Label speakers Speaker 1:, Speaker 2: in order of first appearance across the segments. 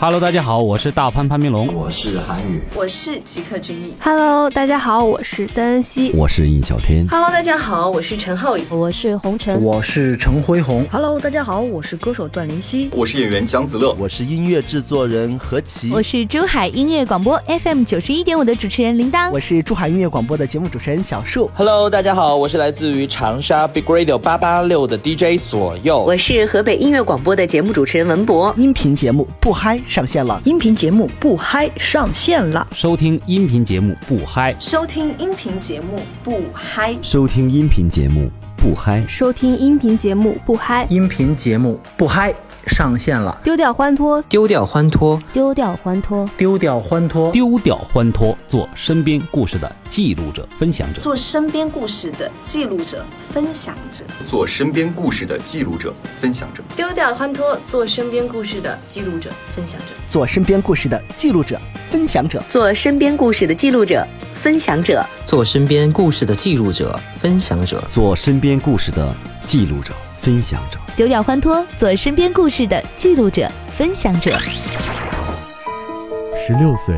Speaker 1: Hello，大家好，我是大潘潘明龙。
Speaker 2: 我是韩宇，
Speaker 3: 我是极客君毅。
Speaker 4: Hello，大家好，我是邓恩熙。
Speaker 5: 我是印小天，
Speaker 3: Hello，大家好，我是陈浩宇。
Speaker 6: 我是红尘，
Speaker 7: 我是陈辉宏，
Speaker 8: Hello，大家好，我是歌手段林希。
Speaker 2: 我是演员姜子乐，
Speaker 9: 我是音乐制作人何奇，
Speaker 6: 我是珠海音乐广播 FM 九十一点五的主持人铃铛。
Speaker 7: 我是珠海音乐广播的节目主持人小树。
Speaker 10: Hello，大家好，我是来自于长沙 Big Radio 八八六的 DJ 左右。
Speaker 11: 我是河北音乐广播的节目主持人文博。
Speaker 7: 音频节目《不嗨》上线了，
Speaker 8: 音频节目不嗨上线了，
Speaker 1: 收听音频节目不嗨，
Speaker 3: 收听音频节目不嗨，
Speaker 5: 收听音频节目不嗨，
Speaker 4: 收听音频节目不嗨，
Speaker 7: 音频节目不嗨上线了，
Speaker 4: 丢掉欢脱，
Speaker 12: 丢掉欢脱，
Speaker 6: 丢掉欢脱，
Speaker 7: 丢掉欢脱，
Speaker 1: 丢掉欢脱，做身边故事的记录者、分享者。
Speaker 3: 做身边故事的记录者、分享者，
Speaker 2: 做身边故事的记录者、分享者。
Speaker 13: 丢掉欢脱，做身边故事的记录者、分享者。
Speaker 7: 做身边故事的记录者、分享者。
Speaker 11: 做身边故事的记录者、分享者。
Speaker 12: 做身边故事的记录者、分享者。
Speaker 5: 做身边故事的记录者、分享者。
Speaker 6: 丢掉欢脱，做身边故事的记录者、分享者。
Speaker 14: 十六岁，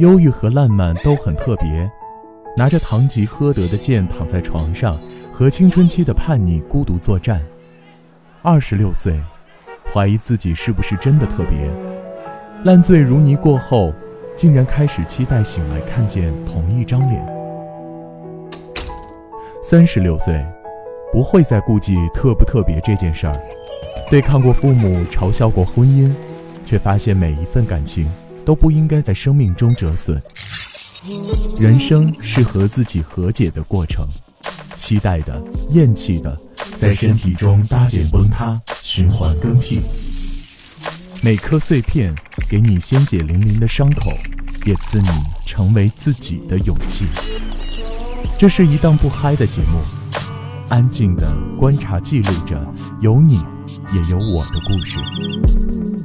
Speaker 14: 忧郁和烂漫都很特别。拿着堂吉诃德的剑躺在床上，和青春期的叛逆孤独作战。二十六岁，怀疑自己是不是真的特别。烂醉如泥过后，竟然开始期待醒来看见同一张脸。三十六岁，不会再顾忌特不特别这件事儿。对抗过父母，嘲笑过婚姻，却发现每一份感情都不应该在生命中折损。人生是和自己和解的过程，期待的、厌弃的，在身体中搭建崩塌，循环更替。每颗碎片给你鲜血淋淋的伤口，也赐你成为自己的勇气。这是一档不嗨的节目，安静的观察记录着有你也有我的故事。